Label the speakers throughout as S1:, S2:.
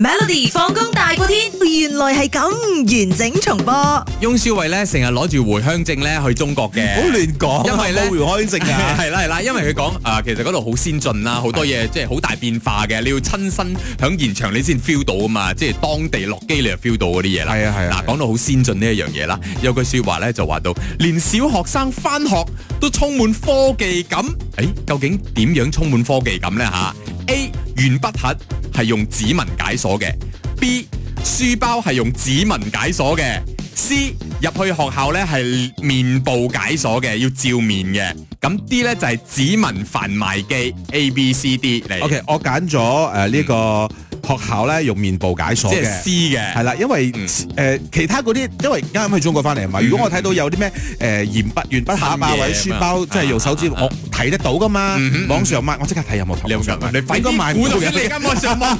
S1: Melody 放工大過天，原來係咁完整重播。
S2: 翁少偉咧成日攞住回鄉證咧去中國 嘅，
S3: 好亂講，啊
S2: 因為呢
S3: 冇回開證啊，
S2: 係啦係啦，因為佢講啊，其實嗰度好先進啦，好多嘢即係好大變化嘅，你要親身響現場你先 feel 到啊嘛，即係當地落機你就 feel 到嗰啲嘢啦。
S3: 係啊係啊係啊
S2: 嗱講到好先進呢一樣嘢啦，有句説話咧就話到，連小學生翻學都充滿科技感。誒，究竟點樣充滿科技感呢？吓 A 鉛筆盒係用指紋解鎖嘅，B 書包係用指紋解鎖嘅。C 入去學校咧係面部解鎖嘅，要照面嘅。咁 D 咧就係指紋販賣機 A B C D 嚟
S3: OK，我揀咗誒呢個學校咧用面部解鎖
S2: 即係
S3: 嘅
S2: C。嘅。
S3: 係啦，因為
S2: 嗯
S3: 誒、其他嗰啲，因為啱啱去中國翻嚟啊嘛。
S2: 嗯
S3: 如果我睇到有啲咩呃誒鉛筆、鉛筆盒
S2: 新
S3: 啊，
S2: 嘢
S3: 或者書包，
S2: 啊
S3: 即係用手指，
S2: 啊啊
S3: 我睇得到噶嘛
S2: 嗯嗯嗯。
S3: 網上買，我即刻睇有冇
S2: 你有
S3: 頭
S2: 冇
S3: 上
S2: 咁啊
S3: 買。
S2: 你快
S3: 應該
S2: 啲
S3: 買
S2: 估
S3: 唔到
S2: 到先，你
S3: 嘅。
S2: 而家我上 網，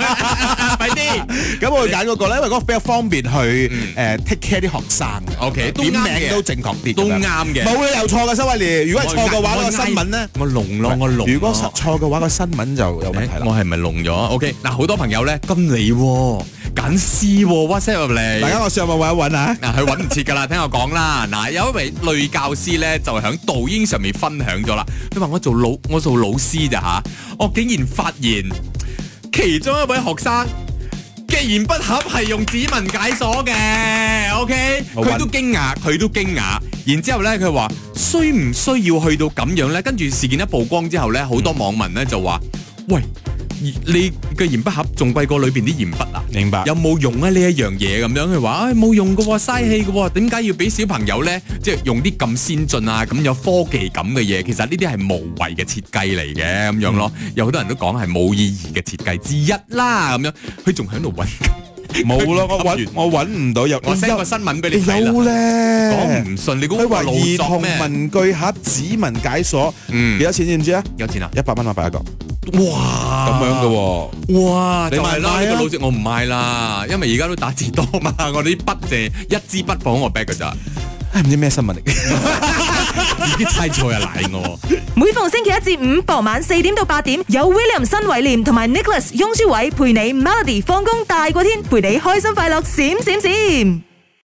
S2: 快啲。
S3: 咁我會揀嗰個咧，因為嗰個比較方便去
S2: 嗯
S3: 誒 take care 啲學生啊。
S2: OK，都
S3: 點
S2: 啱
S3: 名
S2: 嘅
S3: 都正確啲咁樣，
S2: 都啱嘅
S3: 冇理由錯嘅，收威廉。如果係錯嘅話，
S2: 我
S3: 嗰個新聞咧。
S2: 我啊聾咯，我聾。
S3: 如果錯嘅話，個新聞就有問題
S2: 誒
S3: 啦。
S2: 我係咪聾咗？OK，嗱，好多朋友咧跟你喎揀 C 喎 WhatsApp 入嚟。
S3: 大家我上網揾一揾啊！
S2: 嗱，佢揾唔切噶啦，聽我講啦。嗱，有一位女教師咧，就喺抖音上面分享咗啦。佢話我做老我做老師咋吓，我竟然發現其中一位學生嘅鉛筆盒係用指紋解鎖嘅，OK，
S3: 好揾
S2: 佢都驚訝，佢都驚訝。然之後咧，佢話需唔需要去到咁樣咧？跟住事件一曝光之後咧，好多網民咧就話：喂，你嘅鉛筆盒仲貴過裏邊啲鉛筆啊！
S3: 明白
S2: 有冇用啊？呢一樣嘢咁樣，佢話：，唉，冇用嘅喎，嘥氣嘅喎，點解要俾小朋友呢？即係用啲咁先進啊，咁有科技感嘅嘢，其實呢啲係無謂嘅設計嚟嘅咁樣咯。
S3: 嗯
S2: 有好多人都講係冇意義嘅設計之一啦，咁樣佢仲喺度揾，
S3: 冇咯，我揾我揾唔到有。
S2: 我 send 個新聞俾你睇啦
S3: 有。咧
S2: 講。唔信，你估
S3: 佢話
S2: 我老
S3: 兒
S2: 作
S3: 童
S2: 咩？
S3: 文具盒指紋解鎖，
S2: 嗯
S3: 幾多錢知唔知啊？
S2: 有錢啊！
S3: 一百蚊啊，八一個
S2: 哇，
S3: 咁樣嘅喎。
S2: 哇！
S3: 你
S2: 就係啦，
S3: 買唔買啊
S2: 呢個老直我唔買啦，因為而家都打字多嘛，我哋啲筆就係一支筆放喺我 bag 㗎咋，
S3: 啊唉，唔知咩新聞嚟嘅。
S2: 已經猜錯又賴我。
S1: 每逢星期一至五傍晚四點到八點，有 William 新偉廉同埋 Nicholas 雍舒偉陪你 Melody 放工大過天，陪你開心快樂閃閃閃。